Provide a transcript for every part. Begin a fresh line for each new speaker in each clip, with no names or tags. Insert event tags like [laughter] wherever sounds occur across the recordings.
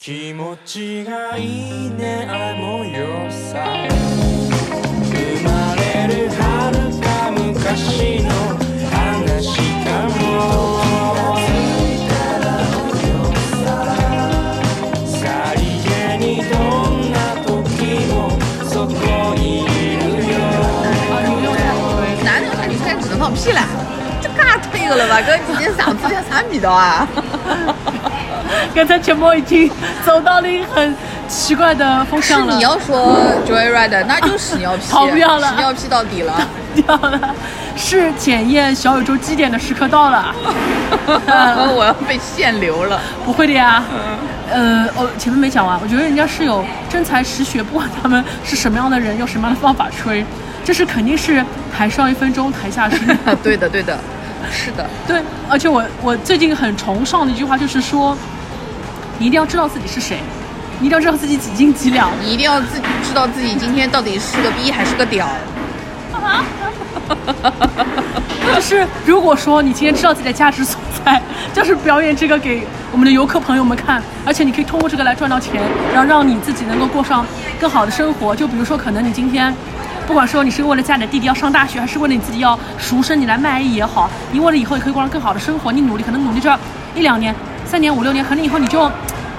気持ちがいいねあの夜さ生まれる遥か昔の話かもさりげにどんな時もそこにいるよ
哦，你不用看，男的看你现在只能放屁啦，这尬退个了吧？哥，你今天嗓子现在啥味道啊？
刚才节目已经走到了一个很奇怪的风
是
向了，
你要说 Joyride，那就是屎尿屁，
[laughs] 跑不掉了
屎尿屁到底
[laughs]
了。
掉了，是检验小宇宙基点的时刻到了。
[laughs] 我要被限流了。
不会的呀，呃，哦，前面没讲完，我觉得人家是有真才实学，不管他们是什么样的人，用什么样的方法吹，这是肯定是台上一分钟，台下十 [laughs] 年。
啊，对的，对的，是的，
对，而且我我最近很崇尚的一句话就是说，你一定要知道自己是谁，你一定要知道自己几斤几两。
你一定要自己知道自己今天到底是个逼还是个屌。
就是如果说你今天知道自己的价值所在，就是表演这个给我们的游客朋友们看，而且你可以通过这个来赚到钱，然后让你自己能够过上更好的生活。就比如说，可能你今天。不管说你是为了家里的弟弟要上大学，还是为了你自己要赎身，你来卖艺也好，你为了以后也可以过上更好的生活，你努力可能努力这一两年、三年、五六年，可能以后你就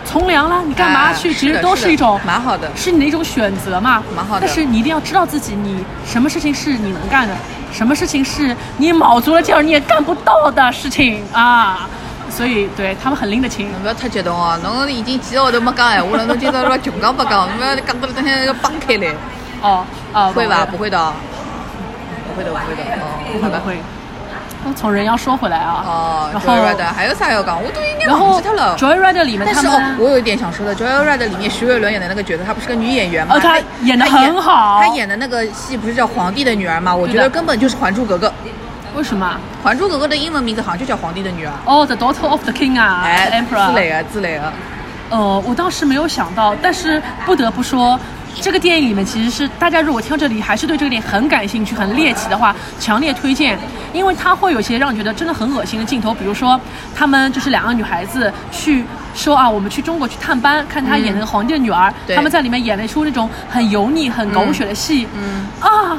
从良了，你干嘛
啊
去？
是
其实
的
都
是
是
的
一种
蛮好的
是你的一种选择嘛，
蛮好的
但是你一定要知道自己，你什么事情是你能干的，什么事情是你卯足了劲儿你也干不到的事情啊。所以对他们很拎得清。
侬不要太激动哦，侬已经几个号头没讲哎闲话了，侬今朝说穷讲不讲，侬不要讲到了等下要崩开来。
哦，啊，
会吧？不
不
会的哦，不会的，不会的。哦，好
会
的
不。会。那从人妖说回来啊，
哦
然后
，Joyride 还有啥要讲？我都应该
然
忘
后
记掉了。
Joyride 里面
但
他
是哦，
们
我有一点想说的，Joyride 里面徐伟伦演的那个角色，她不是个女演员吗？
哦她演得很好
她演的那个戏不是叫《皇帝的女儿》吗？我觉得
对的
根本就是《还珠格
哦
格》，《
为什么啊
还珠格格》的英文名字好像就叫《皇帝的女儿》。
哦，The Daughter of the King 啊
哎，
，Emperor
之类的，之类的。
呃，我当时没有想到，但是不得不说，这个电影里面其实是大家如果听到这里还是对这个电影很感兴趣、很猎奇的话，强烈推荐，因为它会有些让你觉得真的很恶心的镜头，比如说他们就是两个女孩子去说啊，我们去中国去探班，看她演那个皇帝的女儿，
对
他们在里面演了一出那种很油腻、很狗血的戏，嗯啊。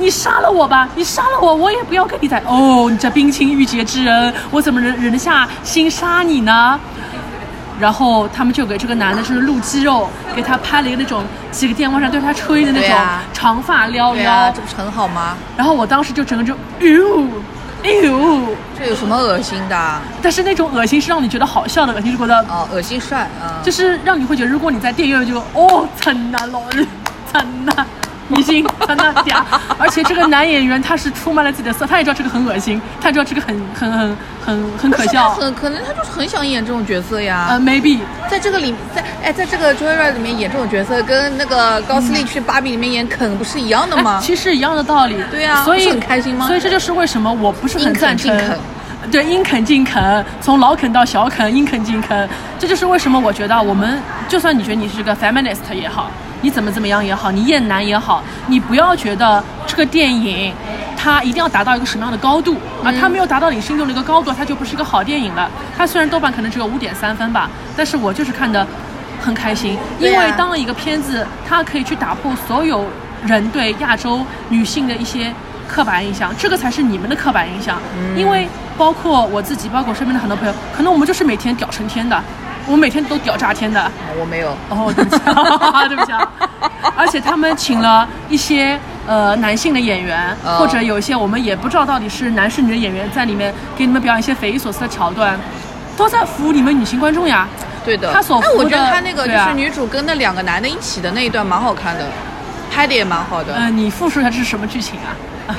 你杀了我吧！你杀了我，我也不要跟你在哦！你这冰清玉洁之人，我怎么忍忍得下心杀你呢？然后他们就给这个男的就是露肌肉，给他拍了一个那种几个电风扇对他吹的那
对
种
啊
长发撩
对
腰，
啊，这不是很好吗？
然后我当时就整个就，哟、哎呦，
这有什么恶心的啊？
但是那种恶心是让你觉得好笑的恶心，是觉得
哦，恶心帅啊！
就
嗯
是让你会觉得，如果你在电影院就哦，惨呐老日，惨呐。已经惨呐嗲，而且这个男演员他是出卖了自己的色，他也知道这个很恶心，他也知道这个很很很很很可笑，
很可能他 [laughs] 就是很想演这种角色呀。
呃，maybe
在这个里，在哎，在这个《Joyride》里面演这种角色，跟那个高司令去《芭比》里面演肯不是一样的吗？
哎其实一样的道理。
对啊
所
不是
以
很开心吗
所以这就是为什么我不是很赞成
应肯尽。
对，应肯尽肯，从老肯到小肯，应肯尽肯，这就是为什么我觉得我们，就算你觉得你是个 feminist 也好，你怎么怎么样也好，你厌男也好，你不要觉得这个电影它一定要达到一个什么样的高度啊，
嗯
它没有达到你心中的一个高度，它就不是一个好电影了。它虽然豆瓣可能只有五点三分吧，但是我就是看的很开心，因
对啊
为当一个片子，它可以去打破所有人对亚洲女性的一些刻板印象，这个才是你们的刻板印象。因为包括我自己，包括我身边的很多朋友，可能我们就是每天屌成天的，我们每天都屌炸天的。
我没有，
[laughs] 哦，对不起，对不起啊！而且他们请了一些呃男性的演员，
哦
或者有一些我们也不知道到底是男是女的演员在里面给你们表演一些匪夷所思的桥段，都在服务你们女性观众呀。
对的。
他所
但我
敷
觉得
的
他那个就
对啊
是女主跟那两个男的一起的那一段蛮好看的，拍的也蛮好的。
呃，你复述一下这是什么剧情啊？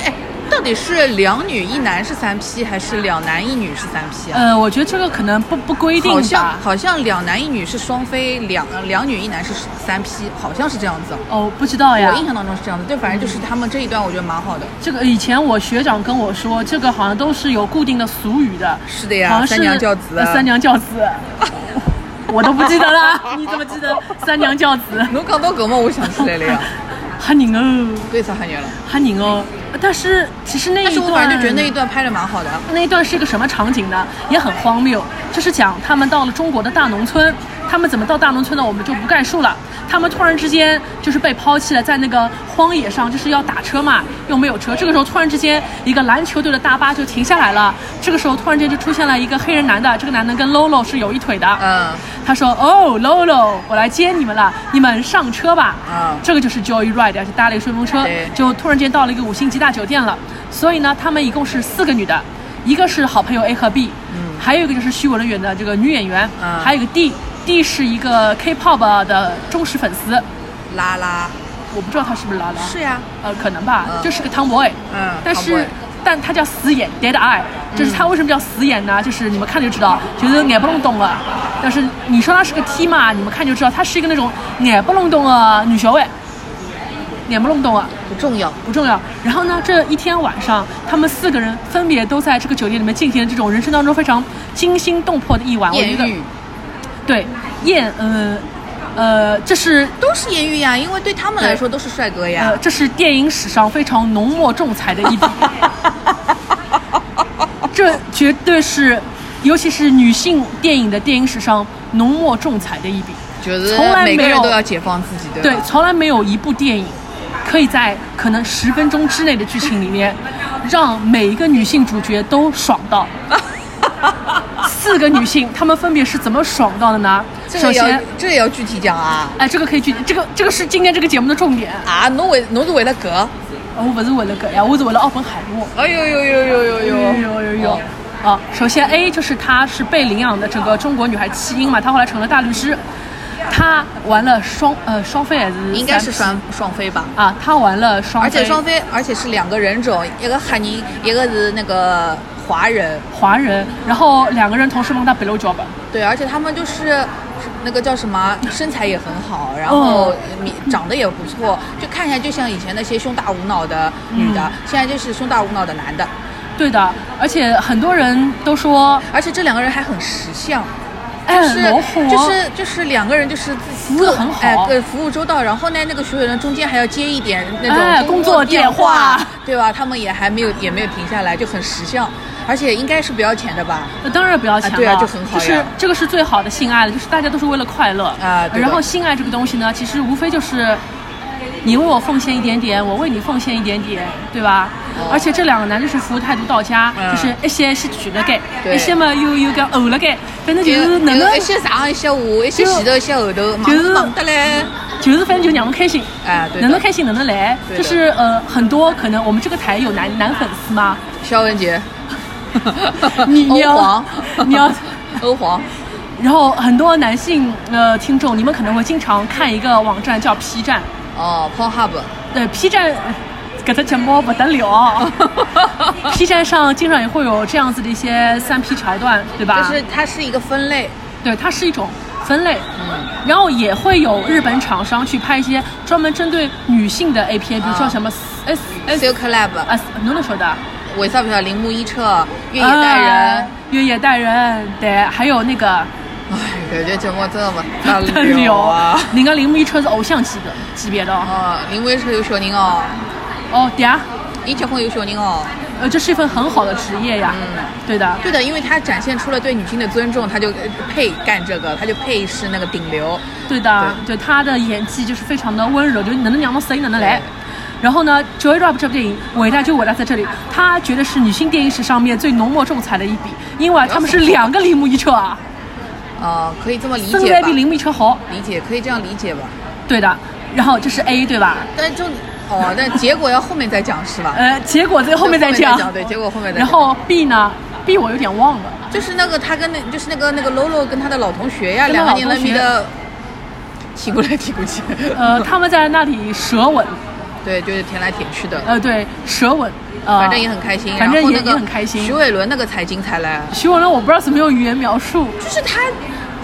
哎，到底是两女一男是三 P 还是两男一女是三 P 啊？
呃，我觉得这个可能不不规定
好像
吧。
好像两男一女是双飞，两两女一男是三 P，好像是这样子。
哦，不知道呀
我。印象当中是这样子，对，啊反正就是他们这一段我觉得蛮好的。
这个以前我学长跟我说，这个好像都是有固定的俗语的。
是的
好
呀，
像是
啊三娘教子，
呃三娘教子。
[laughs]
我都不记得了， [laughs] 你怎么记得三娘教子？
侬讲到搿么，我想起来了 [laughs] 呀，
哈宁哦，
对啥喊你了？
哈宁哦。但是其实那一
但
段，
是我反正就觉得那一段拍的蛮好的。
那一段是一个什么场景呢？也很荒谬，就是讲他们到了中国的大农村，他们怎么到大农村的，我们就不概述了。他们突然之间就是被抛弃了，在那个荒野上，就是要打车嘛，又没有车。这个时候突然之间，一个篮球队的大巴就停下来了。这个时候突然间就出现了一个黑人男的，这个男的跟 Lolo 是有一腿的。
嗯，
他说：“哦，Lolo，我来接你们了，你们上车吧。”
嗯
这个就是 Joy Ride，而且搭了一个顺风车
对，
就突然间到了一个五星级大酒店了。所以呢，他们一共是四个女的，一个是好朋友 A 和 B，还有一个就是虚无人员的这个女演员，
嗯
还有一个 D，D 是一个 K-pop 的忠实粉丝，
拉拉
我不知道他是不是拉拉，
是呀，
呃，可能吧，
嗯
就是个 tomboy，
嗯
但
tomboy
是但他叫死眼 dead eye，就是
嗯
他为什么叫死眼呢？就是你们看就知道，就是眼不隆咚了。但是你说他是个 T 嘛，你们看就知道他是一个那种眼不隆咚的女小伟，眼不隆咚啊。
不重要。
不重要。然后呢，这一天晚上，他们四个人分别都在这个酒店里面进行了这种人生当中非常惊心动魄的一晚。我
艳
觉得
遇
对艳，呃呃，这是
都是艳遇呀，因为对他们来说都是帅哥呀
呃，。这是电影史上非常浓墨重彩的一
[laughs]
笔，这绝对是，尤其是女性电影的电影史上浓墨重彩的一笔。
觉得
从来没
每个
有
人都要解放自己，对
对
吧？，
从来没有一部电影可以在可能十分钟之内的剧情里面，让每一个女性主角都爽到。四个女性，她们分别是怎么爽到的呢？
这个
首
也要
先，
这个也要具体讲啊
哎，这个可以去，这个这个是今天这个节目的重点。
啊！侬为侬是为了搿？
哦我不是为了个呀，我是为了奥本海默。
哎呦呦呦呦呦
有
呦！
有有有。啊，首先 A 就是她是被领养的整个中国女孩弃婴嘛，她后来成了大律师，她玩了双呃双飞还是
嗯应该是
三
双双飞吧？
啊，她玩了双飞，
而且双飞，而且是两个人种，一个汉人，一个是那个华人，
华人，然后两个人同时帮她 blow job，
对，而且他们就是那个叫什么，啊身材也很好，然后
哦
你长得也不错，就看起来就像以前那些胸大无脑的女的，现在就是胸大无脑的男的，
对的，而且很多人都说，
而且这两个人还很识相。
哎，
就是
老虎，
就是就是两个人就是自己
服务得很好
哎，对，服务周到。然后呢，那个学员呢中间还要接一点那
哎
种
工作
作电
电话
对吧？他们也还没有也没有停下来，就很识相，而且应该是不要钱的吧？
呃当然不要钱了，
啊对啊就很好呀
是这个是最好的性爱了，就是大家都是为了快乐
啊对的
然后性爱这个东西呢，其实无非就是你为我奉献一点点，我为你奉献一点点，对吧？
哦
而且这两个男就是服务态度到家，
嗯
就是一些是娶了该，
对
一些嘛又又个呕了该，反正就是能够
一些上一些下，一些前头一些后头，忙
就是
忙得嘞。
就是反正就让我开心。
哎，对
能
的
能。开心，能能来，
对的
就是呃，很多可能我们这个台有男男粉丝
[laughs]
吗？
肖文杰，
你你要
欧皇，
[laughs] 你要
[laughs] 欧皇，
然后很多男性呃听众，你们可能会经常看一个网站叫 P 站，
哦，Pornhub，
对 P 站，给他钱包不得了。P 站上经常也会有这样子的一些三 P 桥段，对吧？
就是它是一个分类，
对，它是一种分类，
嗯，
然后也会有日本厂商去拍一些专门针对女性的 A P A，比如说
啊
什么 S S
Silk Lab，
啊，侬能晓得啊？
为啥不晓得铃木一彻、越野代
啊
人？，
越野带人，对，还有那个
哎，感觉节目真
[laughs]
的不大
大
了
[laughs]
啊！
人家铃木一车是偶像级的级别的哦，
哦，林威是有小人哦，
哦，对啊。
伊结婚有小人哦。
呃，这是一份很好的职业呀。
嗯
对的，
对的，因为他展现出了对女性的尊重，他就呃配干这个，他就配是那个顶流。
对的，对他的演技就是非常的温柔，就是能能娘到死，能能来
对。
然后呢，《Joy Rap》这部电影伟大就伟大在这里，他绝对是女性电影史上面最浓墨重彩的一笔，因为啊他们是两个铃木一彻啊，
呃，可以这么理
分
解
别
吧
比？铃木一彻好。
理解可以这样理解吧？
对的，然后这是 A 对吧？
但就哦，但结果要后面再讲是吧？
呃，结果 [laughs] 在后面再
讲
讲。
对，结果后面再讲。
然后 B 呢？B 我有点忘了，
就是那个他跟那，就是那个那个 Lolo 跟他的老同学呀，
跟他
两
老
个
同学
年龄的提过来提过去，
呃，他们在那里舌吻，
对，就是舔来舔去的。
呃，对，舌吻，呃，
反正也很开心，
反正
然后
也
那个
也很开心
徐伟伦那个才精彩嘞，
徐文龙，我不知道怎么用语言描述，
就是他，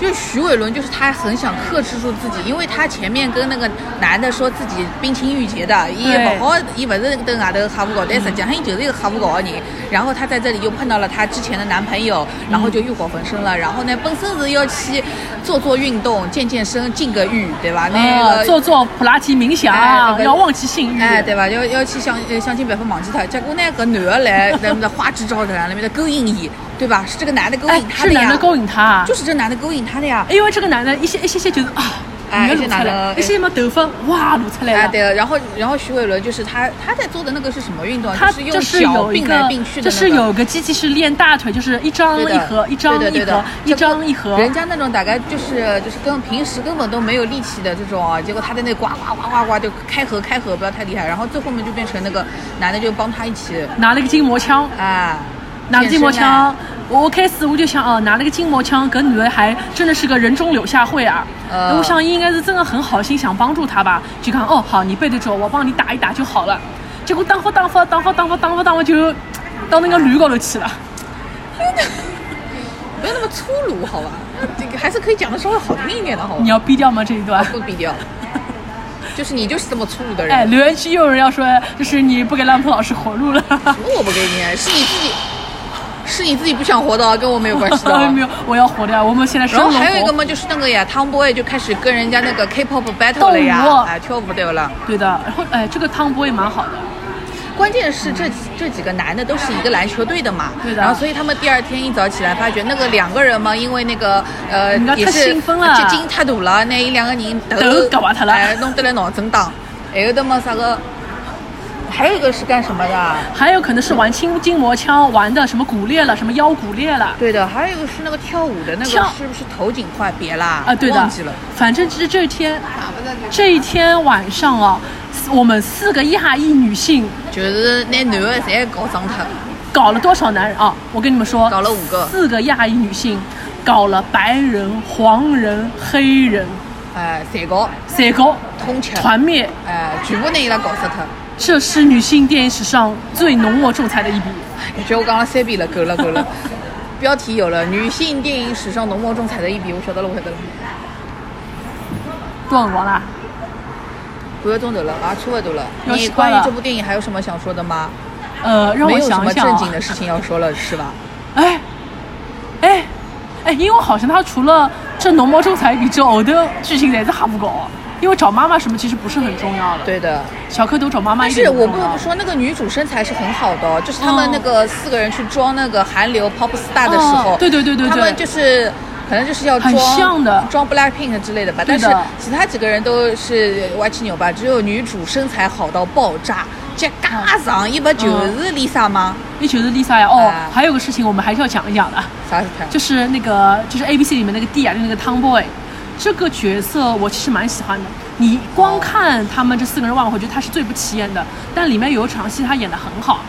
就是徐伟伦，就是他很想克制住自己，因为他前面跟那个男的说自己冰清玉洁的，伊
对
不好，伊不是跟外头哈不搞，但实际上伊就是一个哈不搞的人。然后他在这里又碰到了他之前的男朋友，然后就欲火焚身了。然后呢，本身是要去做做运动、健健身、禁个欲，对吧？那
呃，
个
做做普拉提冥想，啊
哎那个
要忘记性欲。
哎，对吧？要要去相呃相亲办法忘记他，结果呢，搿男的来在那面搭花枝招展，那面搭勾引伊，对吧？是这个男的勾
哎
引，他
是
的呀，
男的勾引哎他啊，
就是这男的勾引他的呀。
因为这个男的一些一些些觉得啊，
哎
女的露出来
这男
了，
的
一些嘛头发哇露出来
哎，
了。
对了，然后然后徐伟伦就是他他在做的那个是什么运动啊？
他
就是
这
用
是
脚
有一
并
个
来并去，的、那个，
这是有个机器是练大腿，就是一张
对的
一合，一张
对的
一
对
合
的，
一
这不
张一合。
人家那种大概就是就是跟平时根本都没有力气的这种啊，结果他在那呱呱呱呱呱就开合开合，不要太厉害，然后最后面就变成那个男的就帮他一起
拿了个筋膜枪，
啊，
拿了筋膜
健身啊
枪，，我我开始我就想啊，拿了个筋膜枪，搿女的还真的是个人中柳下惠啊。
呃
那我想应该是真的很好心想帮助她吧，就讲哦好，你背对着我，我帮你打一打就好了。结果打发打发打发打发打发打发就到那个驴高头去了。
不要那么粗鲁好吧？这个还是可以讲的稍微好听一点的好吧
你？要逼掉吗这一段？
哦不低调，就是你就是这么粗鲁的人。
哎，留言区又有人要说，就是你不给浪普老师活路了。
什么我不给你，是你自己，是你自己不想活的，跟我没有关系
[laughs]
的。啊
哎没有，我要活的呀，我们现在生
然后
龙
还有一个
活。
嘛，就是那个呀，Tomboy 就开始跟人家那个 K-pop battle 了呀
斗舞，
哎，跳舞对了。
对的，然后哎，这个汤波也蛮好的，
关键是这几这几个男的都是一个篮球队的嘛，
对的
然后所以他们第二天一早起来，发觉那个两个人嘛，因为那个呃
人家
也
嗯太
是
兴奋了
酒精太大了，那一两个人
头搞坏脱了
哎，弄得来脑震荡。还有的嘛啥个，还有一个是干什么的？
还有可能是玩轻筋膜枪玩的什么骨裂了，什么腰骨裂了。
对的，还有一个是那个跳舞的那个
跳，
是不是头颈快别啦？
啊，对的，
忘记了。
反正这这一天，这一天晚上啊，我们四个亚裔女性
就是那男的侪搞上头，
搞了多少男人啊？我跟你们说，
搞了五个
四个亚裔女性搞了白人、黄人、黑人，
哎，侪搞
三个
通吃，
团灭。
哎，全部拿伊拉搞死脱。
这是女性电影史上最浓墨重彩的一笔。
我觉得我讲了三遍了，够了够了。 [laughs] 标题有了，女性电影史上浓墨重彩的一笔，我晓得了，我晓得了。
多少辰光啦？
半个钟头了，啊，差不多了。
要
你
习惯
关
了
于这部电影还有什么想说的吗？
呃，让
没
我
有什
想
么
一想、
正
啊
经。的事情要说了，是
[laughs]
吧？
哎，哎，哎，因为好像他除了这浓墨重彩一笔之后，后头剧情侪是哈不搞。因为找妈妈什么其实不是很重要的，
对的。
小蝌蚪找妈妈
但
一
是
点都
我不
重
得
要
不说，那个女主身材是很好的哦，就是他们
嗯
那个四个人去装那个韩流 pop star 的时候，
嗯对对对对对
他们就是。可能就是要装
很像的
装 Blackpink 之类的吧，
对
但
的
是其他几个人都是歪七扭八，只有女主身材好到爆炸，这
嗯
嘎长，一不就是 Lisa 吗？
一群是 Lisa 呀，哦
哎，
还有个事情我们还是要讲一讲的，
啥是他？
就是那个就是 A B C 里面那个 D 啊，就是那个 Tomboy 这个角色，我其实蛮喜欢的。你光看他们这四个人玩，我觉得他是最不起眼的，但里面有一场戏他演的很好。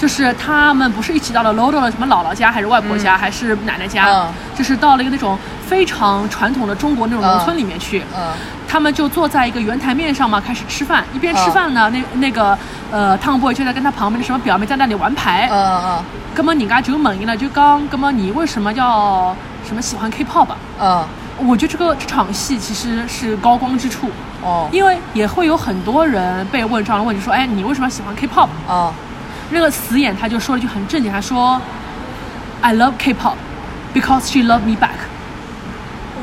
就是他们不是一起到了 Lodo 的什么姥姥家，还是外婆家，还是奶奶家，
嗯
就是到了一个那种非常传统的中国那种农村里面去。
嗯，
他们就坐在一个圆台面上嘛，开始吃饭。一边吃饭呢，那那个呃汤 boy 就在跟他旁边的什么表妹在那里玩牌。
嗯
那么人家就问伊拉，就讲，那么你为什么要什么喜欢 K-pop？啊
嗯嗯，
我觉得这个这场戏其实是高光之处，
哦
因为也会有很多人被问这样的问题，说，哎，你为什么喜欢 K-pop？
哦，
那个死眼他就说了一句很正经，他说，I love K-pop because she love me back。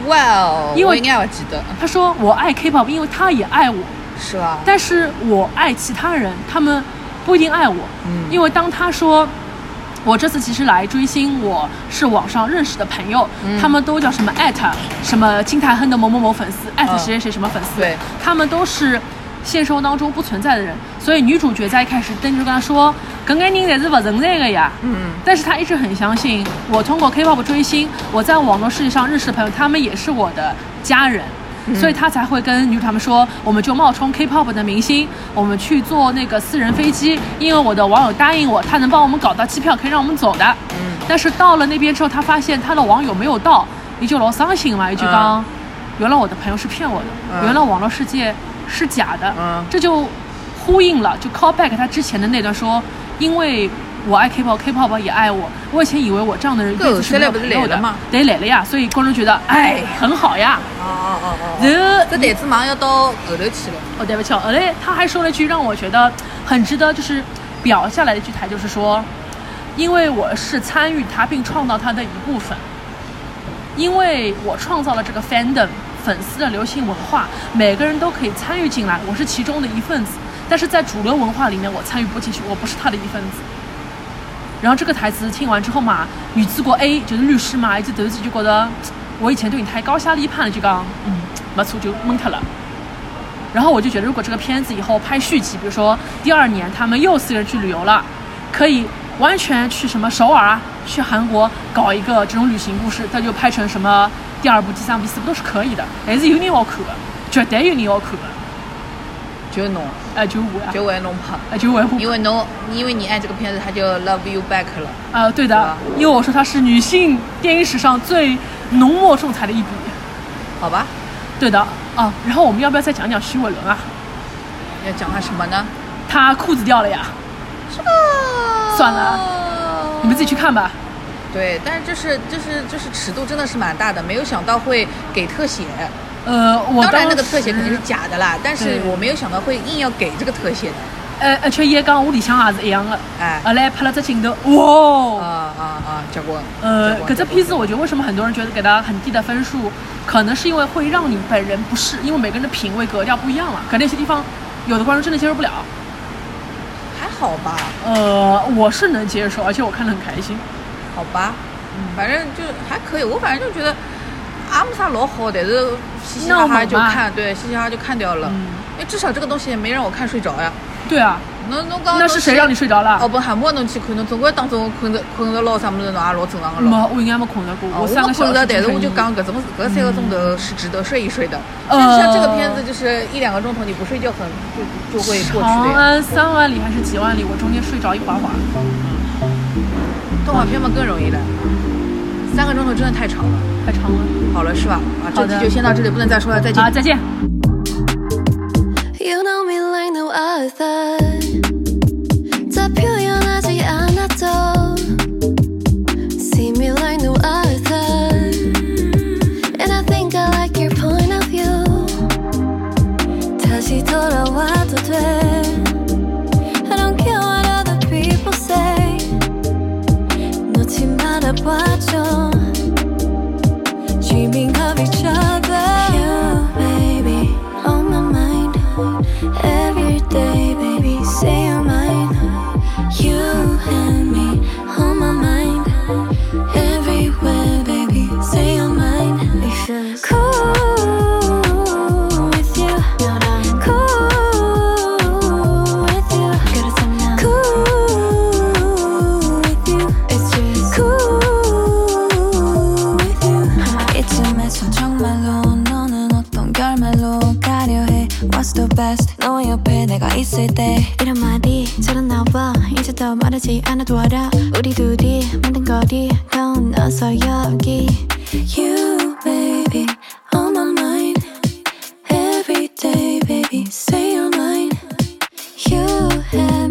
哇哦，
因为
我应该要记得，嗯
他说我爱 K-pop，因为他也爱我。
是吧？
但是我爱其他人，他们不一定爱我，
嗯
因为当他说。我这次其实来追星，我是网上认识的朋友，
嗯
他们都叫什么艾特什么金泰亨的某某某粉丝，艾特
嗯
谁谁谁什么粉丝，
对
他们都是现实生活当中不存在的人，所以女主角在一开始登就跟他说，搿眼人侪是不存在的呀，
嗯，
但是她一直很相信，我通过 K-pop 追星，我在网络世界上认识的朋友，他们也是我的家人。所以她才会跟女主他们说，我们就冒充 K-pop 的明星，我们去坐那个私人飞机，因为我的网友答应我，他能帮我们搞到机票，可以让我们走的。
嗯
但是到了那边之后，她发现她的网友没有到，你就老伤心嘛，一句刚，原来我的朋友是骗我的，
嗯
原来网络世界是假的，
嗯
这就呼应了，就 call back 他之前的那段说，因为我爱 K-pop，K-pop 也爱我，我以前以为我这样的人一辈子是没有朋
对现在
友
不是来
的
了吗，
对，来了呀，所以观众觉得哎很好呀，
哦
呃
哦哦哦哦，
然后
这台子马上要到后头去了，
哦，对不起哦，而且他还说了一句让我觉得很值得就是表下来的一句台，就是说，因为我是参与他并创造他的一部分，因为我创造了这个 fandom 粉丝的流行文化，每个人都可以参与进来，我是其中的一份子。但是在主流文化里面，我参与不进去，我不是他的一份子。然后这个台词听完之后嘛，女主角 A 就是律师嘛，伊就突然之间觉得我以前对你太高下立判了，就讲嗯没错就蒙掉了。然后我就觉得，如果这个片子以后拍续集，比如说第二年他们又四个人去旅游了，可以完全去什么首尔啊，去韩国搞一个这种旅行故事，那就拍成什么第二部、第三部、第四部都是可以的，还是有人要看的，绝对有人要看的。
就侬，
哎，就我啊，
就为侬拍，
哎，就我也不
因为侬，因为你爱这个片子，他就 love you back 了。
啊，对
是
的
吧，
因为我说它是女性电影史上最浓墨重彩的一笔。
好吧，
对的啊，然后我们要不要再讲讲徐伟伦啊？
要讲他什么呢？
他裤子掉了呀，算啊
了
你们自己去看吧。
啊对，但是就是就是就是尺度真的是蛮大的，没有想到会给特写。
呃，我
当然那个
时
特写肯定是假的啦，但是
对
我没有想到会硬要给这个特写的。
呃，而且也讲屋里向也是一样的。
哎
阿拉拍了只镜头，哇！哦
啊啊啊！结果
呃
结，果
搿只片子我觉得为什么很多人觉得给它很低的分数，可能是因为会让你本人不适，因为每个人的品味格调不一样了，可能有些地方有的观众真的接受不了。
还好吧，
呃，我是能接受，而且我看得很开心。
好吧，
嗯
反正就还可以。我反正就觉得阿姆萨老好，但是嘻嘻哈
闹
哈
猛
就
嘛
看，对，嘻嘻哈哈就看掉了。
嗯
因为至少这个东西也没让我看睡着呀。
对啊，
侬侬讲
那是谁让你睡着了
哦，？不，韩国侬去看，侬总归当中困着困着捞啥么子，侬也老正常个咯。
没，嗯我应该没困着过。
哦我
三个
没
小
困
时
着，但是我就
精神
讲搿种搿三个钟头是值得睡一睡的。就
嗯
是像这个片子，就是一两个钟头你不睡觉很就就会过
长
去的。
安三万里还是几万里，我中间睡着一会儿会儿。
动画片嘛更容易了，三个钟头真的太长了。
太长了。
好了是吧？啊，这
好的
期就先到这里，不能再说了，再见
好，。再见。
You know me like no other 다 표현하지 않아도 See me like no other And I think I like your point of view 다시 돌아와도 돼 I don't care what other people say 놓지 말아봐줘 Dreaming of each other You baby on my mind Every day baby say you're mine You and me on my mind Everywhere baby say you're mine Cool with you Cool with you Cool with you It's just cool with you 이쯤에서 정말로 너는 어떤 결말로 가려 해 What's the best 너 옆에 내가 있을 때
이런 말이 저런 나와 이제 더 말하지 않아도 알아 우리 둘이 만든 거리 건너서 여기
You baby on my mind Every day baby say you're mine You have